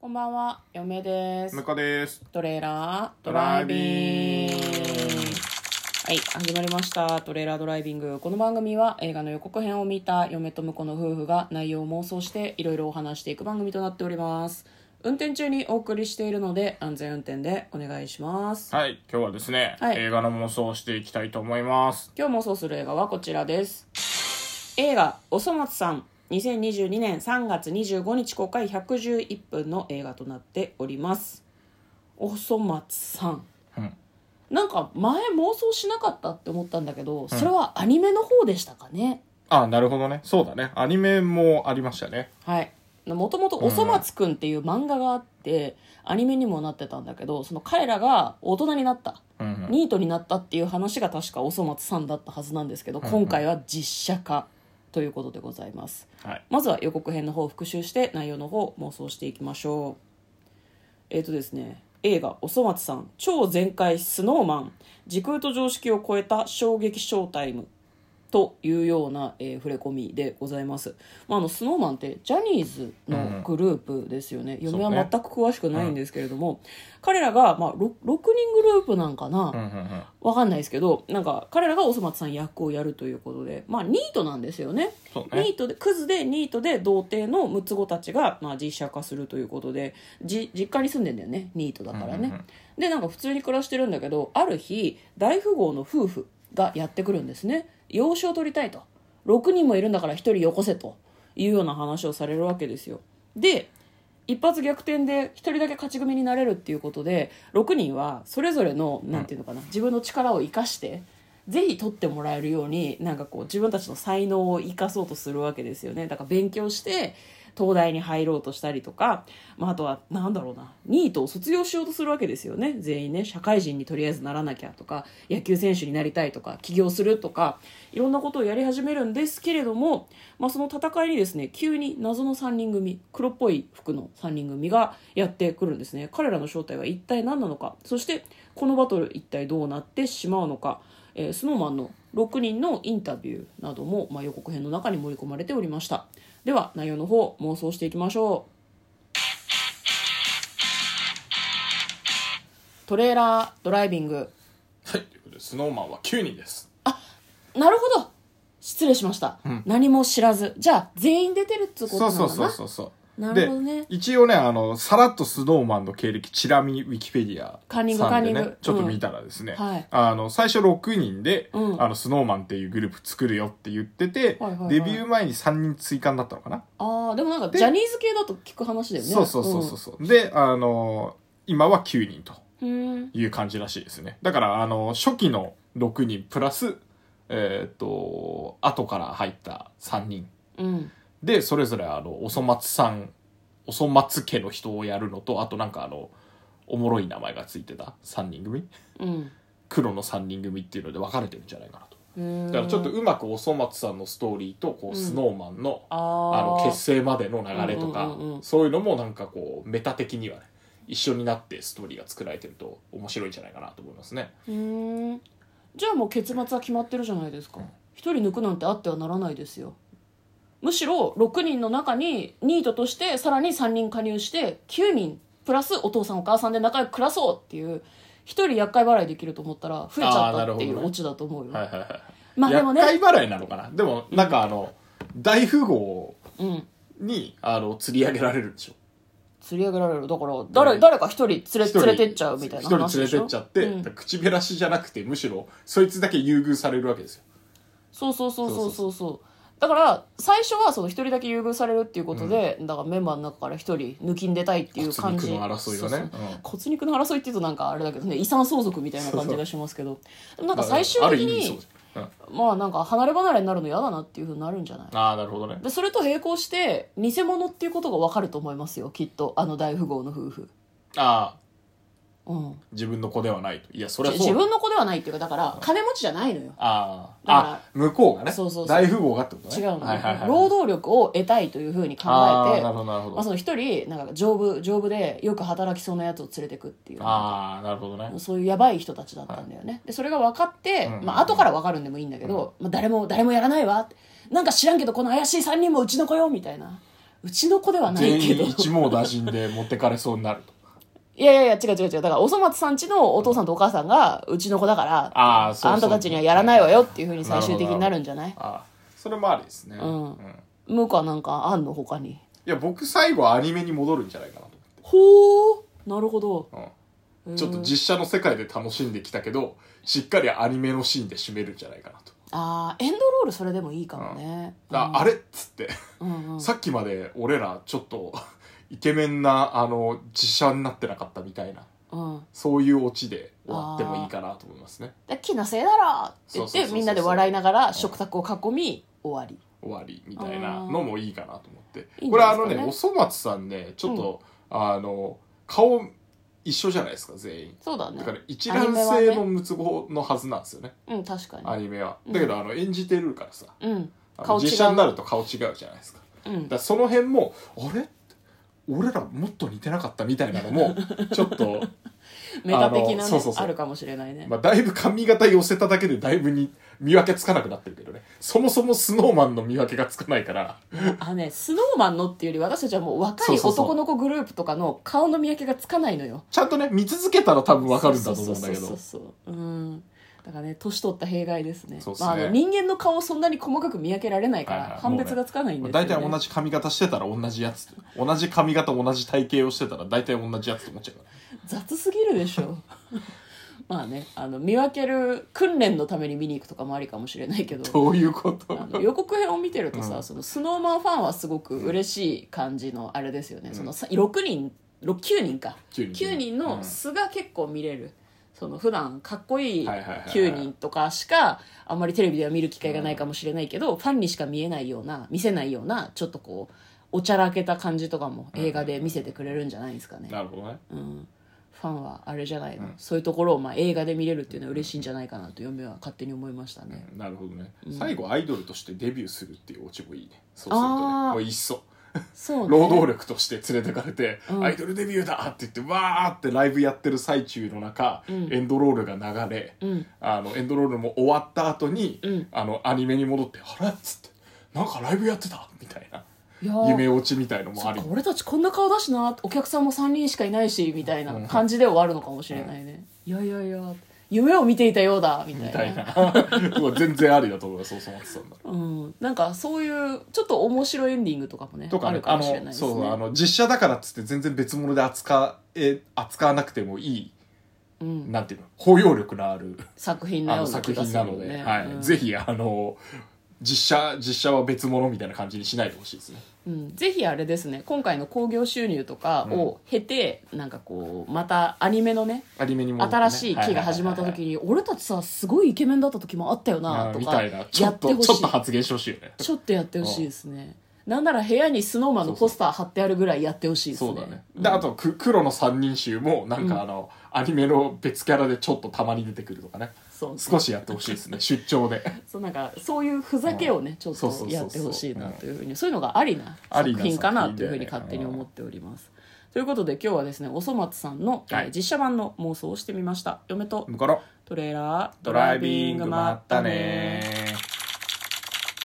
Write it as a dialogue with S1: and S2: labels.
S1: こんばんは、嫁です
S2: 向。こうです。
S1: トレーラード
S2: ド
S1: ラ
S2: ラ
S1: イ
S2: イ
S1: ビン
S2: ビン
S1: グ
S2: グ。
S1: はい、始まりました。トレーラードライビング。この番組は映画の予告編を見た嫁と婿の夫婦が内容を妄想していろいろお話していく番組となっております。運転中にお送りしているので安全運転でお願いします。
S2: はい、今日はですね、
S1: はい
S2: 映画の妄想をしていきたいと思います。
S1: 今日妄想する映画はこちらです。映画、おそ松さん。2022年3月25日公開111分の映画となっております。おそ松さん。
S2: うん、
S1: なんか前妄想しなかったって思ったんだけど、それはアニメの方でしたかね
S2: あ、なるほどね。そうだね。アニメもありましたね。
S1: はいもともと「おそ松くん」っていう漫画があって、アニメにもなってたんだけどその彼らが大人になった、
S2: うんうん
S1: ニートになったっていう話が確かおそ松さんだったはずなんですけど、今回は実写化ということでございます
S2: はい。
S1: まずは予告編の方を復習して内容の方を妄想していきましょうえーとですね映画「おそ松さん超全開スノーマン時空と常識を超えた衝撃ショータイム」というような、えー触れ込みでございます、まあ、あのスノーマンってジャニーズのグループですよね、
S2: ん
S1: 嫁は
S2: そうね
S1: 全く詳しくないんですけれども、彼らが、まあ、ろ 6, 人グループなんかな、
S2: うんうんうん。
S1: わかんないですけどなんか彼らがおそ松さん役をやるということでまあニートなんですよね
S2: そう
S1: ニ
S2: ね。
S1: ートでクズでニートで童貞の六つ子たちが、まあ、実写化するということでじ実家に住んでんだよねニートだからね、
S2: うんうんうん
S1: でなんか普通に暮らしてるんだけどある日大富豪の夫婦がやってくるんですね養子を取りたいと6人もいるんだから1人よこせというような話をされるわけですよで一発逆転で1人だけ勝ち組になれるっていうことで6人はそれぞれのなんていうのかな自分の力を生かしてぜひ取ってもらえるようになんかこう自分たちの才能を生かそうとするわけですよねだから勉強して東大に入ろうとしたりとか、まあ、あとはなんだろうなニートを卒業しようとするわけですよね全員ね社会人にとりあえずならなきゃとか野球選手になりたいとか起業するとかいろんなことをやり始めるんですけれども、まあ、その戦いにですね急に謎の3人組黒っぽい服の3人組がやってくるんですね彼らの正体は一体何なのかそしてこのバトル一体どうなってしまうのか、えー、スノーマンの6人のインタビューなども、まあ、予告編の中に盛り込まれておりましたでは内容の方妄想していきましょうトレーラードライビング
S2: はい、ということで、スノーマンは9人です。
S1: なるほど失礼しました、何も知らずじゃあ全員出てるっつうことな
S2: そうん
S1: だな
S2: そうそうそうそう。
S1: なるほどね
S2: で一応ね、あの、さらっとスノーマンの経歴、ちなみにウィキペディア
S1: カンニング
S2: さん
S1: カンニ
S2: で
S1: ン
S2: ね
S1: グ
S2: ちょっと見たらですね、
S1: うんはい
S2: あの、最初6人で、
S1: うん
S2: あの、スノーマンっていうグループ作るよって言ってて、
S1: はいはいはい
S2: デビュー前に3人追加になったのかな
S1: ああでもなんか
S2: で
S1: ジャニーズ系だと聞く話だよね
S2: そうそうそうそうそう、であの今は9人と
S1: うんうん
S2: いう感じらしいですねだからあの初期の6人プラスえっ、と後から入った3人
S1: うん
S2: でそれぞれあのおそ松さんおそ松家の人をやるのとあとなんかあのおもろい名前がついてた3人組
S1: うん
S2: 黒の3人組っていうので分かれてるんじゃないかなと
S1: うん
S2: だからちょっとうまくおそ松さんのストーリーとこうスノーマンの、
S1: あ
S2: あの
S1: ー
S2: 結成までの流れとか、
S1: うんうんうんうん
S2: そういうのもなんかこうメタ的にはね一緒になってストーリーが作られてると面白いんじゃないかなと思いますね
S1: うーんじゃあもう結末は決まってるじゃないですか一、人抜くなんてあってはならないですよむしろ6人の中にニートとしてさらに3人加入して9人プラスお父さんお母さんで仲良く暮らそうっていう一人厄介払いできると思ったら増えちゃ
S2: あー
S1: っ
S2: な
S1: た
S2: る
S1: っ
S2: ほ
S1: て
S2: ど
S1: い
S2: ね
S1: うオチだと思うよ、
S2: はいはいはい
S1: まあでもね
S2: 厄介払いなのかなでもなんかあの、大富豪
S1: うん
S2: にあの釣り上げられるんでしょ
S1: 釣り上げられるだから誰,、
S2: うん
S1: 誰か一人連れ
S2: 一人
S1: 連れてっちゃうみたいな
S2: 一
S1: 話で
S2: 人連
S1: し
S2: れ
S1: ょ
S2: てっちゃって、
S1: うん
S2: だから口減らしじゃなくてむしろそいつだけ優遇されるわけですよ
S1: そうそうそうそうそ
S2: そう
S1: そうだから最初はその一人だけ優遇されるっていうことで、だからメンバーの中から一人抜きんでたいっていう感じ
S2: 骨肉の争いが
S1: そ
S2: ね
S1: うそう
S2: うん
S1: 骨肉の争いっていうとなんかあれだけどね遺産相続みたいな感じがしますけどでもなんか最終的
S2: ある意味そう
S1: に
S2: じゃんうん
S1: まあなんか離れ離れになるの嫌だなっていうふうになるんじゃない
S2: ああなるほどね
S1: でそれと並行して偽物っていうことが分かると思いますよきっとあの大富豪の夫婦
S2: ああ
S1: うん
S2: 自分の子ではないといやそれはそうだ
S1: 自分の子ではないっていうかだから金持ちじゃないのよ
S2: あー
S1: だから
S2: あ向こうがね
S1: そうそうそう
S2: 大富豪がってことね
S1: 違うのよ、
S2: はいはいはい、
S1: 労働力を得たいというふうに考
S2: あ
S1: え
S2: ー
S1: て
S2: なるほどなるほ
S1: まあ、そ
S2: ど
S1: の一人なんか丈夫丈夫でよく働きそうなやつを連れてくっていう
S2: ああなるほどね
S1: そういうやばい人たちだったんだよね、でそれが分かって、
S2: うんうんうん
S1: まあ後から分かるんでもいいんだけど、まあ、誰も誰もやらないわってなんか知らんけどこの怪しい3人もうちの子よみたいなうちの子ではない
S2: 全
S1: けど
S2: 員一網打尽で持ってかれそうになると。
S1: いやいやいや、違う違う違う。だから、おそ松さんちのお父さんとお母さんが、うちの子だから、
S2: ああ、そうそう。
S1: んたたちにはやらないわよっていうふうに最終的になるんじゃない
S2: ああ、それもありですね。
S1: ん
S2: い
S1: 向こうはなんかあんの他に。
S2: や、僕最後アニメに戻るんじゃないかなと
S1: ほー、なるほど。
S2: 思って。うん。ちょっと実写の世界で楽しんできたけど、しっかりアニメのシーンで締めるんじゃないかなと。
S1: あーエンドロールそれでもいいかもね。
S2: だ
S1: うん
S2: あれっつって、
S1: うんうん、
S2: さっきまで俺らちょっと イケメンな、あの、実写になってなかったみたいな、
S1: うん。
S2: そういうオチで終わってもいいかなと思いますね。
S1: だ気のせいだろって言っ
S2: そうそうそう
S1: て、
S2: そう
S1: みんなで笑いながら食卓を囲み、終わり。
S2: 終わりみたいなのもいいかなと思って
S1: あー
S2: これあ
S1: いい
S2: の
S1: んじゃないですか
S2: ね
S1: ね
S2: おそ松さんねちょっと、あの顔一緒じゃないですか全員
S1: そうだね
S2: だ。から一卵性の六つ子のはずなんですよね
S1: うん、確か
S2: ア
S1: に。
S2: ニメは
S1: うん
S2: だけどあの演じてるからさ
S1: うん。
S2: あの
S1: 顔違う
S2: 実写になると顔違うじゃないですか
S1: う
S2: だ
S1: ん
S2: か。らその辺もあれ俺らもっと似てなかったみたいな のもちょっと、
S1: メタ的な
S2: あの
S1: ね
S2: そうそうそう
S1: あるかもしれないね。
S2: まあ、だいぶ髪型寄せただけでだいぶに見分けつかなくなってるけどねそもそもスノーマンの見分けがつかないから
S1: あね、スノーマンのっていうより私たちはもう若い
S2: そうそうそう
S1: 男の子グループとかの顔の見分けがつかないのよ。
S2: ちゃんとね見続けたら多分わかるんだと思うんだけ
S1: そうそ
S2: ど
S1: うそうそううんだからね年取った弊害ですね
S2: そうっすね
S1: まあ、あの人間の顔をそんなに細かく見分けられないから、
S2: はいはい
S1: 判別がつかないんですよ、
S2: 大
S1: ね
S2: 体同じ髪型してたら同じやつ同じ髪型同じ体型をしてたら大体同じやつと思っちゃうから
S1: 雑すぎるでしょ まあねあの見分ける訓練のために見に行くとかもありかもしれないけど
S2: どうい うこと
S1: あの予告編を見てるとさ、
S2: うん
S1: そのスノーマンファンはすごく嬉しい感じのあれですよね、そのさ6人6 9人か
S2: 9人
S1: 9人
S2: う
S1: の
S2: ん
S1: 素が結構見れる、その普段かっこいい
S2: はいはいはいはい
S1: 9人とかしかあんまりテレビでは見る機会がないかもしれないけど、ファンにしか見えないような見せないようなちょっとこうおちゃらけた感じとかも映画で見せてくれるんじゃないですかね、
S2: なるほどね
S1: うん、ファンはあれじゃないの、そういうところをまあ映画で見れるっていうのは嬉しいんじゃないかなと嫁は勝手に思いましたね、
S2: うんなるほどね、最後アイドルとしてデビューするっていうオチもいいねそうすると
S1: あ
S2: ね
S1: ー
S2: もういっそ
S1: そうね
S2: 労働力として連れてかれて、
S1: うん
S2: アイドルデビューだって言ってわーってライブやってる最中の中、
S1: ん
S2: エンドロールが流れ、
S1: うん
S2: あのエンドロールも終わった後に、
S1: うん
S2: あのアニメに戻って「あれ?」っつって「なんかライブやってた」みたいない
S1: やー
S2: 夢落ちみたいのも
S1: そ
S2: あ
S1: っ
S2: り
S1: か俺たちこんな顔だしなお客さんも3人しかいないしみたいな感じで終わるのかもしれないね、いやいやいや夢を見ていたようだみたいな
S2: みたい なもう全然ありだと思いますそう思ってたんだ
S1: うん、なんかそういうちょっと面白エンディングとかもね
S2: とか
S1: あ
S2: ね
S1: るか
S2: あ
S1: もしれない
S2: の
S1: ですね
S2: そうあの実写だからっつって全然別物で扱え扱わなくてもいい、
S1: うん
S2: なんていうの包容力のある
S1: 作品の
S2: あ
S1: よ
S2: の
S1: うな
S2: 作
S1: 気が
S2: 品
S1: す
S2: な
S1: る
S2: の
S1: も
S2: で、
S1: んね
S2: はい
S1: うん
S2: ぜひあの実写実写は別物みたいな感じにしないでほしいですね
S1: うん、ぜひあれですね今回の興行収入とかを経て、なんかこうまたアニメのね
S2: アニメにも、
S1: 新しい期が始まった時に俺たちさすごいイケメンだった時もあったよな
S2: は
S1: い
S2: はいはいは
S1: とか
S2: いみたいなちょ
S1: や
S2: っ
S1: ってほ
S2: と
S1: しい
S2: ちょっと発言してほしいよね
S1: ちょっとやってほしいですね。なんなら部屋にスノーマンのポスター貼ってあるぐらいやってほしいですね。
S2: そうだね。で、あと、く黒の三人衆も、なんかあの、アニメの別キャラでちょっとたまに出てくるとかね。
S1: そう
S2: 少しやってほしいですね、出張 で。
S1: そうなんかそういうふざけをね、ちょっ
S2: そうそうそ
S1: と
S2: う
S1: や
S2: そう
S1: ってほしいなというふうに、そういうのがありな
S2: あり
S1: 作
S2: な
S1: 品かな
S2: 作品
S1: と
S2: だ
S1: いう
S2: よ
S1: ふ
S2: ね
S1: うに勝手に思っております。ということで今日はですね、おそ松さんの、
S2: はい
S1: えー実写版の妄想をしてみました。嫁と
S2: 向こうの
S1: トレーラー、
S2: ドライビング、まったね